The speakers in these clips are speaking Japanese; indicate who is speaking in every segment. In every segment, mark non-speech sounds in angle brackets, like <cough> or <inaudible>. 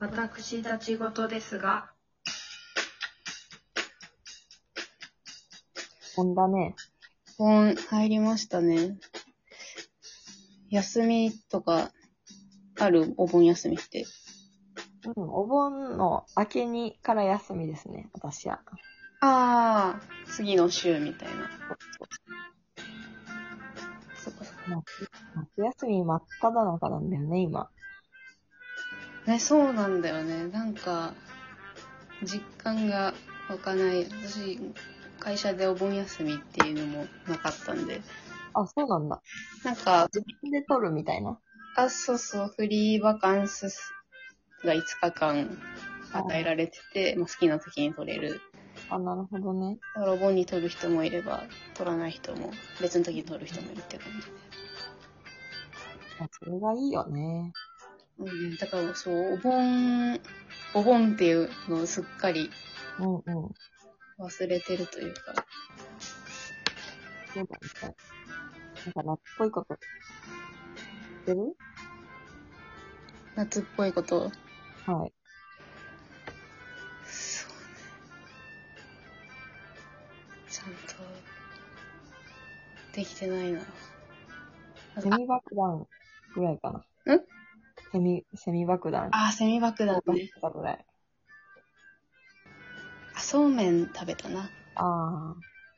Speaker 1: 私たち事ですが、
Speaker 2: ほんだね。
Speaker 3: 本入りましたね。休みとか、あるお盆休みって。
Speaker 2: うん、お盆の明けにから休みですね、私は。
Speaker 3: ああ、次の週みたいな。そっかそっか。
Speaker 2: 夏休み真っ只中なんだよね、今。
Speaker 3: ね、そうなんだよね。なんか、実感が湧かない。私、会社でお盆休みっていうのもなかったんで。
Speaker 2: あ、そうなんだ。
Speaker 3: なんか、
Speaker 2: 自分で撮るみたいな。
Speaker 3: あ、そうそう、フリーバカンスが5日間与えられてて、まあ、好きな時に取れる。
Speaker 2: あ、なるほどね。
Speaker 3: だからお盆に取る人もいれば、取らない人も、別の時に取る人もいるって感じ
Speaker 2: あそれがいいよね。
Speaker 3: うん、だからそう、お盆、お盆っていうのをすっかり
Speaker 2: うんうん。
Speaker 3: 忘れてるというか。
Speaker 2: そうだね。なんか夏っぽいこと。知ってる
Speaker 3: 夏っぽいこと。
Speaker 2: はい。
Speaker 3: そうね。ちゃんと、できてないな。
Speaker 2: セミ爆弾ぐらいかな。
Speaker 3: ん
Speaker 2: セミ、セミ爆弾。
Speaker 3: あー、セミ爆弾ね。
Speaker 2: だぐらい。
Speaker 3: あそうめん食べたな。
Speaker 2: ああ、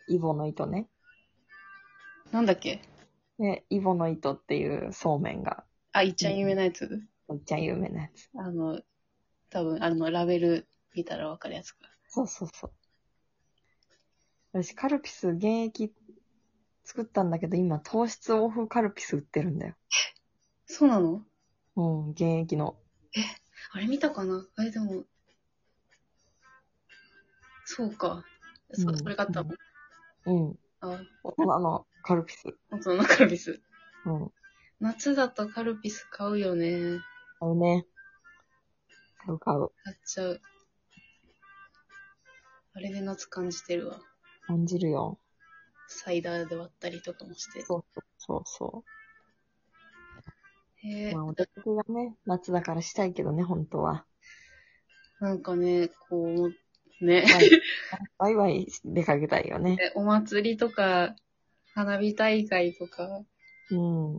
Speaker 2: イボの糸ね。
Speaker 3: なんだっけ
Speaker 2: ね、イボの糸っていうそうめんが、
Speaker 3: あ、いっちゃん有名なやつ。
Speaker 2: めっちゃ有名なやつ。
Speaker 3: あの、多分、あの、ラベル見たらわかるやつか。
Speaker 2: そうそうそう。私、カルピス現役作ったんだけど、今、糖質オフカルピス売ってるんだよ。
Speaker 3: そうなの
Speaker 2: うん、現役の。
Speaker 3: あれ見たかなえ、でも、そうか。そ
Speaker 2: うん
Speaker 3: それがあったの、
Speaker 2: うん。
Speaker 3: あ、
Speaker 2: 大人のカルピス。
Speaker 3: 本当のカルピス。
Speaker 2: うん。
Speaker 3: 夏だとカルピス買うよね。
Speaker 2: 買うね。買う買う。
Speaker 3: 買っちゃう。あれで夏感じてるわ。
Speaker 2: 感じるよ。
Speaker 3: サイダーで割ったりとかもして。
Speaker 2: そうそうそ
Speaker 3: へ
Speaker 2: う。
Speaker 3: え
Speaker 2: まあ、お出かけがね、夏だからしたいけどね、本当は。
Speaker 3: なんかね、こう、ね、
Speaker 2: ワイワイ出かけたいよね。
Speaker 3: <laughs> お祭りとか、花火大会とか
Speaker 2: うん。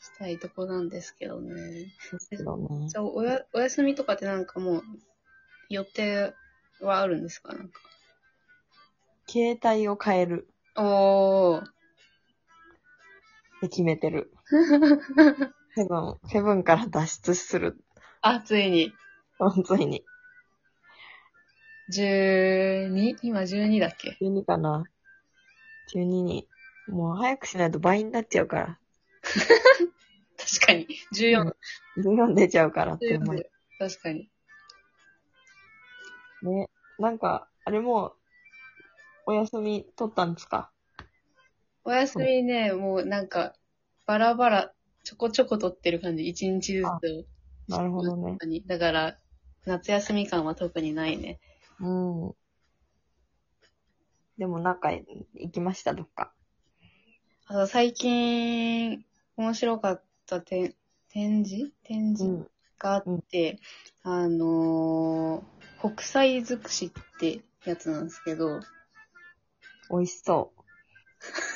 Speaker 3: したいとこなんですけどね。
Speaker 2: ですけどね。
Speaker 3: じゃあおや、お休みとかってなんかもう、予定はあるんですかなんか。
Speaker 2: 携帯を変える
Speaker 3: おー。
Speaker 2: って決めて <laughs> る。セブン、セブンから脱出する。
Speaker 3: あ、ついに。
Speaker 2: ついに。
Speaker 3: 12? 今12だっけ <laughs>
Speaker 2: 12かな。12に。もう早くしないと倍になっちゃうから。
Speaker 3: 確かに。14。
Speaker 2: 14出ちゃうからって思う。
Speaker 3: 14確かに。
Speaker 2: ね。なんか、あれもう、お休み取ったんですか
Speaker 3: お休みね、もうなんか、バラバラ、ちょこちょこ取ってる感じ。1日ず
Speaker 2: あ
Speaker 3: つ。
Speaker 2: なるほどね。
Speaker 3: にだから、夏休み感は特にないね。
Speaker 2: うん。でもなんか、行きました、どっか。
Speaker 3: あと最近、面白かった展、展示展示、
Speaker 2: うん。
Speaker 3: があって、あのー北斎尽くしってやつなんですけど、ど
Speaker 2: 美味しそ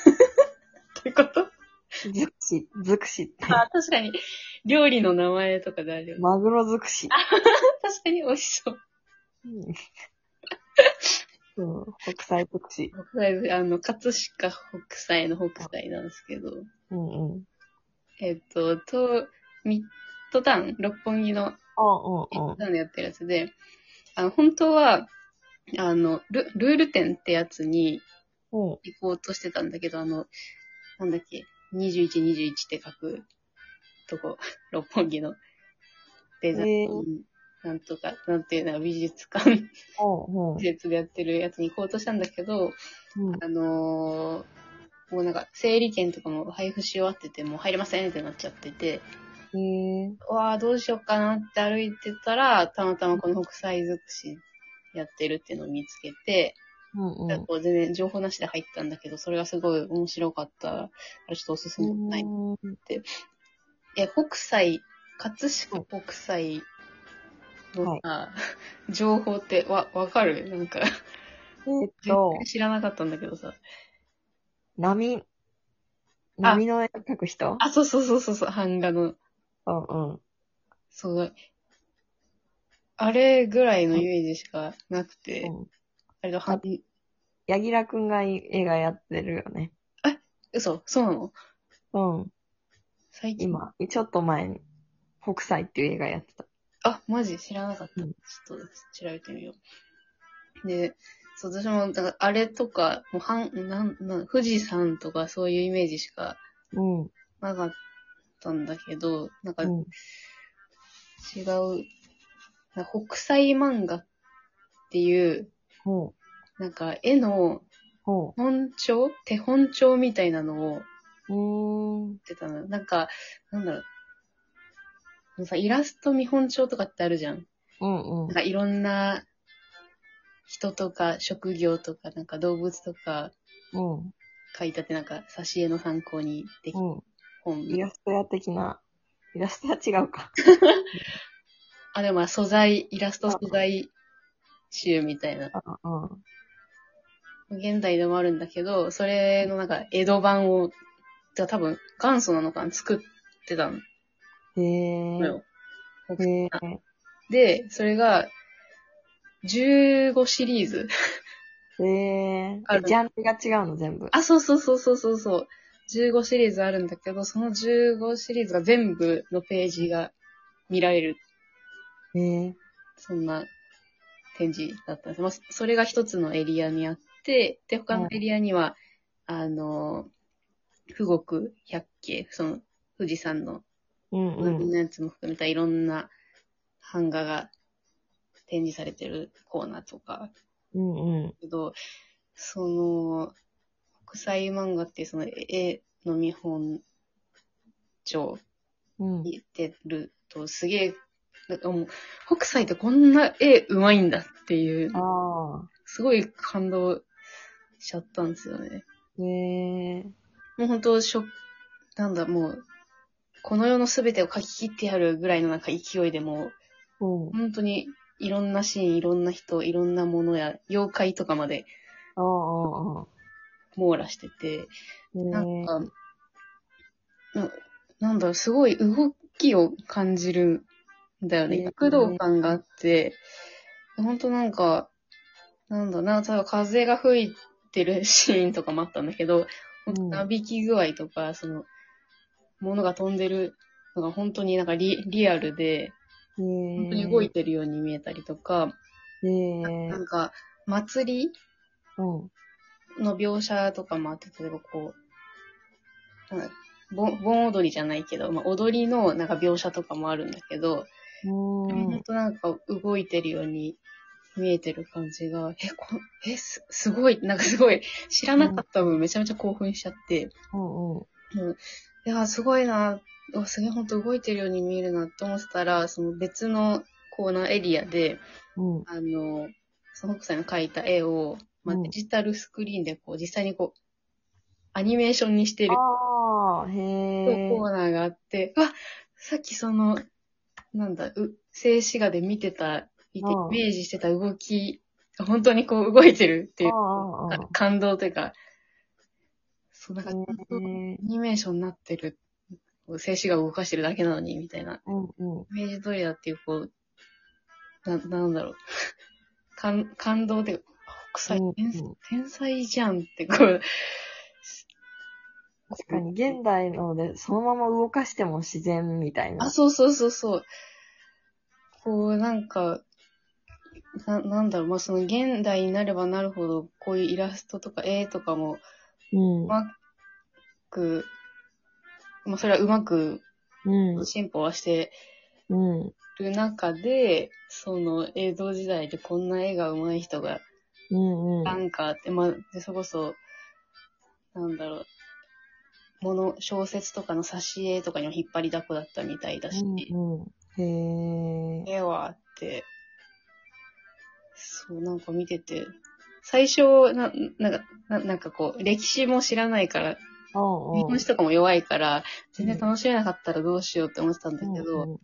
Speaker 2: う
Speaker 3: いうこと
Speaker 2: う。尽くし、尽くしって。
Speaker 3: <laughs> あ、確かに、料理の名前とかであるよね。
Speaker 2: マグロ尽くし。
Speaker 3: 確かに美味しそう。
Speaker 2: うん、北斎尽くし。
Speaker 3: 北斎尽くしあの、葛飾北斎の北斎なんですけど、
Speaker 2: うんうん。うんうん
Speaker 3: えっと、と、ミッドタウン、六本木のミッ
Speaker 2: う
Speaker 3: ド
Speaker 2: ん。
Speaker 3: タウンでやってるやつで、あの、本当は、あの、ルルール展ってやつに
Speaker 2: うん。
Speaker 3: 行こうとしてたんだけど、あの、なんだっけ、21、21って書くとこ、 <laughs> 六本木のデザイ
Speaker 2: へ
Speaker 3: ン、なんとか、なんていうの、美術館、
Speaker 2: う
Speaker 3: <laughs>
Speaker 2: んうん
Speaker 3: 施設でやってるやつに行こうとしたんだけど、
Speaker 2: うん。
Speaker 3: あのーもうなんか、整理券とかも配布し終わってて、もう入れませんってなっちゃってて、
Speaker 2: え
Speaker 3: うわあどうしようかなって歩いてたら、たまたまこの北斎尽くしやってるっていうのを見つけて、
Speaker 2: うんう
Speaker 3: こう全然情報なしで入ったんだけど、それがすごい面白かった。あれちょっとおすすめ
Speaker 2: ん。
Speaker 3: ない。
Speaker 2: うん
Speaker 3: え、北斎、葛飾北斎どんな <laughs> 情報ってわ、わかるなんか、
Speaker 2: えーっと、
Speaker 3: 知らなかったんだけどさ。
Speaker 2: 波、波の絵を描く人
Speaker 3: あ、そうそうそうそうそう、版画の。
Speaker 2: うんうん。
Speaker 3: そう。あれぐらいのイメージしかなくて、
Speaker 2: うん
Speaker 3: あれが版、
Speaker 2: 柳楽くんが絵がやってるよね。
Speaker 3: 嘘そうなの
Speaker 2: うん。
Speaker 3: 最近。
Speaker 2: 今、ちょっと前に、北斎っていう映画やってた。
Speaker 3: あ、マジ知らなかった。
Speaker 2: うん
Speaker 3: ちょっと調べてみよう。で、そう、私も、だからあれとか、もう、はん、なん、なん、富士山とかそういうイメージしか
Speaker 2: うん。
Speaker 3: なかったんだけど、なんか違う、
Speaker 2: うん。
Speaker 3: なんか北斎漫画っていう、
Speaker 2: ほう。
Speaker 3: なんか絵の
Speaker 2: ほ
Speaker 3: 本帳手本帳みたいなのを売っ
Speaker 2: う。うーん。
Speaker 3: てたの。なんか、なんだろう。あのさ、イラスト見本帳とかってあるじゃん。
Speaker 2: うんう
Speaker 3: な
Speaker 2: ん。
Speaker 3: んかいろんな人とか職業とかなんか動物とか
Speaker 2: うん。
Speaker 3: 書いたってなんか挿絵の参考にできる
Speaker 2: うん。
Speaker 3: 本。
Speaker 2: イラスト屋的な、イラスト屋違うか。
Speaker 3: あ、でもまあ素材、イラスト素材集みたいな。
Speaker 2: うんうん。
Speaker 3: 現代でもあるんだけど、それのなんか江戸版を、てか多分元祖なのかな作ってたの
Speaker 2: へえ。
Speaker 3: よ。
Speaker 2: へえ。
Speaker 3: で、それが15シリーズ。
Speaker 2: へえ
Speaker 3: あ。る
Speaker 2: ジャンルが違うの、全部。
Speaker 3: あ、そうそうそうそうそうそう。15シリーズあるんだけど、その15シリーズが全部のページが見られる、
Speaker 2: へえ。
Speaker 3: そんな展示だったんです。まあ、それが一つのエリアにあって、で、他のエリアには、あの、富国百景、その、富士山の
Speaker 2: うんう
Speaker 3: 海
Speaker 2: ん。
Speaker 3: のやつも含めたいろんな版画が展示されてるコーナーとか、
Speaker 2: うんうん。
Speaker 3: けど、その、国際漫画っていうその絵の見本帳
Speaker 2: うん。
Speaker 3: に出るとすげえ、なんかもう、北斎ってこんな絵うまいんだっていう、
Speaker 2: あ
Speaker 3: すごい感動しちゃったんですよね。
Speaker 2: あ。へえ。
Speaker 3: もう本当、しょ、なんだ、もう、この世の全てを描き切ってやるぐらいのなんか勢いでもう、
Speaker 2: うん。
Speaker 3: 本当にいろんなシーン、いろんな人、いろんなものや妖怪とかまで
Speaker 2: ああ、ああ。
Speaker 3: 網羅してて、
Speaker 2: へ
Speaker 3: なん
Speaker 2: え。
Speaker 3: か、ななんだろう、すごい動きを感じるんだよね。
Speaker 2: ね
Speaker 3: 躍動感があって、本当なんか、なんだろうな、例えば風が吹いてるシーンとかもあったんだけど、
Speaker 2: うん
Speaker 3: ほんとなびき具合とか、その、物が飛んでるのが本当になんかリリアルで、
Speaker 2: へえ。
Speaker 3: 本当に動いてるように見えたりとか、
Speaker 2: へえ
Speaker 3: な。んか、祭り
Speaker 2: うん。
Speaker 3: の描写とかもあって、例えばこう、なんか盆盆踊りじゃないけど、まあ、踊りのなんか描写とかもあるんだけど、
Speaker 2: う
Speaker 3: ほ
Speaker 2: ん
Speaker 3: ん。となんか動いてるように見えてる感じが、え、こえす、すごい、なんかすごい、知らなかった分めちゃめちゃ興奮しちゃって、
Speaker 2: うんうん。
Speaker 3: いや、すごいな、うわすげえほんと動いてるように見えるなって思ってたら、その別のコーナーエリアで、
Speaker 2: うん。
Speaker 3: あの、その北斎の描いた絵を、まあ、
Speaker 2: うん
Speaker 3: デジタルスクリーンでこう、実際にこう、アニメーションにしてる
Speaker 2: ああ、へ
Speaker 3: コ
Speaker 2: え。
Speaker 3: ーナーがあって、うわさっきその、なんだ、う、静止画で見てた、見て、イ
Speaker 2: うん
Speaker 3: メージしてた動き、本当にこう動いてるっていう、
Speaker 2: ああ、あ
Speaker 3: か感動というか、そう、なんか、
Speaker 2: あ。へ
Speaker 3: ア
Speaker 2: え。
Speaker 3: ニメーションになってる、静止画を動かしてるだけなのに、みたいな。
Speaker 2: うんうん。
Speaker 3: イメージ通りだっていう、こう、な、なんだろう。 <laughs> 感、感動で、北斎
Speaker 2: うんうん
Speaker 3: 天,、天才じゃんって、こう、
Speaker 2: 確かに、現代なので、そのまま動かしても自然みたいな。
Speaker 3: あ、そうそうそうそう。こう、なんか、な、なんだろう、まあ、その現代になればなるほど、こういうイラストとか絵とかも、
Speaker 2: うん
Speaker 3: うまく、まあ、それはうまく
Speaker 2: うん。
Speaker 3: 進歩はして
Speaker 2: うん。
Speaker 3: る中で、その、江戸時代でこんな絵が上手い人が
Speaker 2: うん。うん。
Speaker 3: アンカーって、まあ、で、それこそ、なんだろう、もの、小説とかの挿絵とかにも引っ張りだこだったみたいだし、
Speaker 2: うん。へえ。
Speaker 3: 絵はあって、そう、なんか見てて、最初、な、なんか、ななんかこう、歴史も知らないから、
Speaker 2: あお
Speaker 3: 日本酒とかも弱いから、全然楽しめなかったらどうしようって思ってたんだけど、も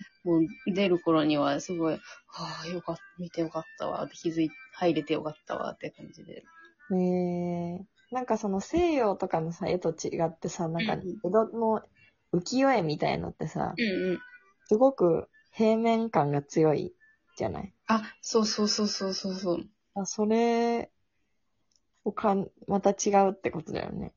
Speaker 3: う出る頃にはすごい、はあ、よかった、見てよかったわって気づい、入れてよかったわって感じで。
Speaker 2: えー、なんかその西洋とかのさ、絵と違ってさ、なんか
Speaker 3: うんうん
Speaker 2: 江戸の浮世絵みたいのってさ、
Speaker 3: うんうん。
Speaker 2: すごく平面感が強いじゃない
Speaker 3: あ、そうそうそうそうそうそう。
Speaker 2: あそれをかん、また違うってことだよね。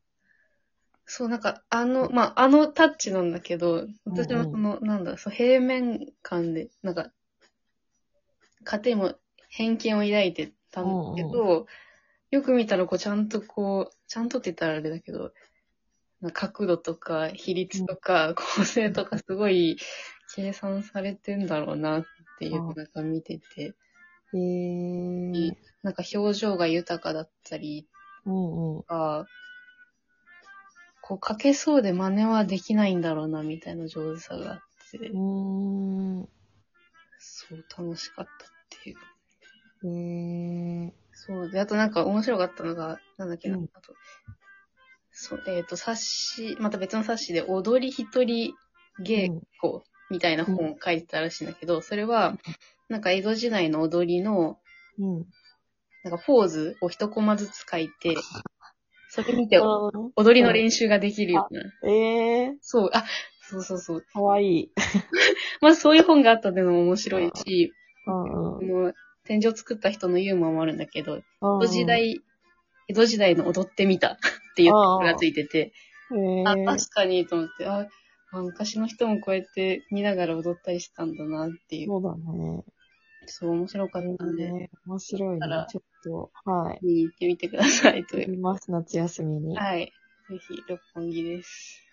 Speaker 3: そう、なんか、あの、まあ、あのタッチなんだけど、私はその、なんだ、そう、平面感で、なんか、家庭も偏見を抱いてたんだけど、よく見たら、こう、ちゃんとこう、ちゃんとって言ったらあれだけど、なんか角度とか、比率とか、構成とか、すごい、計算されてんだろうな、っていう
Speaker 2: う
Speaker 3: の
Speaker 2: ん
Speaker 3: なんか見てて、
Speaker 2: えー、
Speaker 3: なんか表情が豊かだったり、
Speaker 2: うんうん。
Speaker 3: か、こう、かけそうで真似はできないんだろうな、みたいな上手さがあって、
Speaker 2: うーん。
Speaker 3: そう、楽しかったっていう。
Speaker 2: えー、
Speaker 3: そう、で、あとなんか面白かったのが、なんだっけな、
Speaker 2: うん
Speaker 3: あと、そう、えっ、と、冊子、また別の冊子で、踊り一人稽古みたいな本を書いてたらしいんだけど、それは、なんか江戸時代の踊りの、
Speaker 2: うん。
Speaker 3: なんかポーズを一コマずつ書いて、それ見て
Speaker 2: うん
Speaker 3: 踊りの練習ができるような。
Speaker 2: えー、
Speaker 3: そう、あ、そうそうそう。
Speaker 2: かわいい。
Speaker 3: まあそういう本があったっていうのも面白いし、
Speaker 2: うん
Speaker 3: こ
Speaker 2: うん。
Speaker 3: の天井を作った人のユーモアもあるんだけど、江
Speaker 2: 江
Speaker 3: 戸時、代、江戸時代の踊ってみた <laughs> っていうのがついてて、
Speaker 2: え
Speaker 3: あ、
Speaker 2: ー、
Speaker 3: 確かにと思って、あ、あ昔の人もこうやって見ながら踊ったりしてたんだなっていう、
Speaker 2: そうだね。
Speaker 3: そう面白かったんで、
Speaker 2: ね面白いね
Speaker 3: だから。
Speaker 2: ちょっと、はい。
Speaker 3: 見に行ってみてくださいとい
Speaker 2: 行
Speaker 3: う。
Speaker 2: きます、夏休みに。
Speaker 3: はい。ぜひ、六本木です。